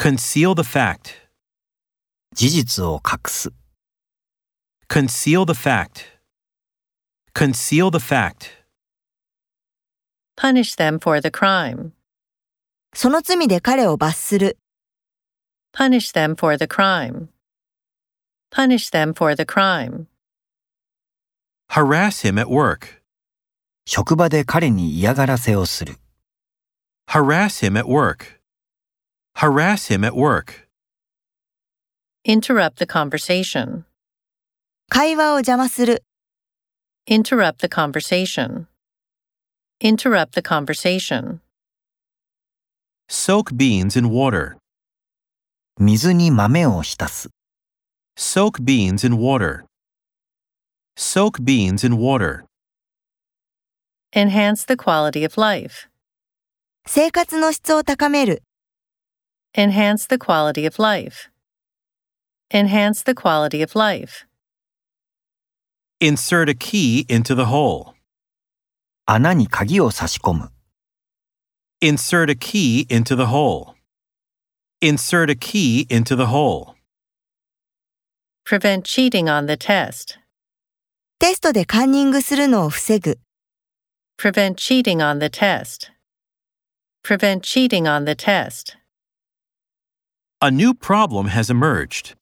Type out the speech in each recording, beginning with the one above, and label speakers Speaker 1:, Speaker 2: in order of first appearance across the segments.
Speaker 1: Conceal the fact.
Speaker 2: 事実を隠す
Speaker 1: Conceal the fact. Conceal the fact.
Speaker 3: Punish them for the crime.
Speaker 4: その罪で彼を罰する。
Speaker 3: Punish them for the crime. Punish them for the crime.
Speaker 1: Harass him at work.
Speaker 2: 職場で彼に嫌がらせをする
Speaker 1: Harass him at work. Harass him at work.
Speaker 3: Interrupt the conversation.
Speaker 4: 会話を邪魔する。
Speaker 3: Interrupt the conversation. Interrupt the conversation.
Speaker 1: Soak beans in water.
Speaker 2: 水に豆を浸す
Speaker 1: Soak beans in water. Soak beans in water.
Speaker 3: Enhance the quality of life.
Speaker 4: 生活の質を高める。
Speaker 3: Enhance the quality of life. Enhance the quality of life.
Speaker 1: Insert a key into the hole.
Speaker 2: 穴に鍵を差し込む
Speaker 1: Insert a key into the hole. Insert a key into the hole.
Speaker 3: Prevent cheating on the test.
Speaker 4: テストでカンニングするのを防ぐ。
Speaker 3: Prevent cheating on the test. Prevent cheating on the test.
Speaker 1: A new problem has emerged.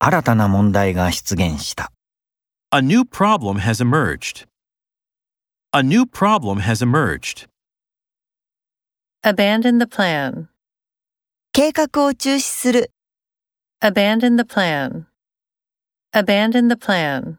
Speaker 2: 新たな問題が出現した
Speaker 1: A new problem has emerged. A new problem has emerged.
Speaker 3: Abandon the plan.
Speaker 4: 計画を中止する。
Speaker 3: Abandon the plan. Abandon the plan.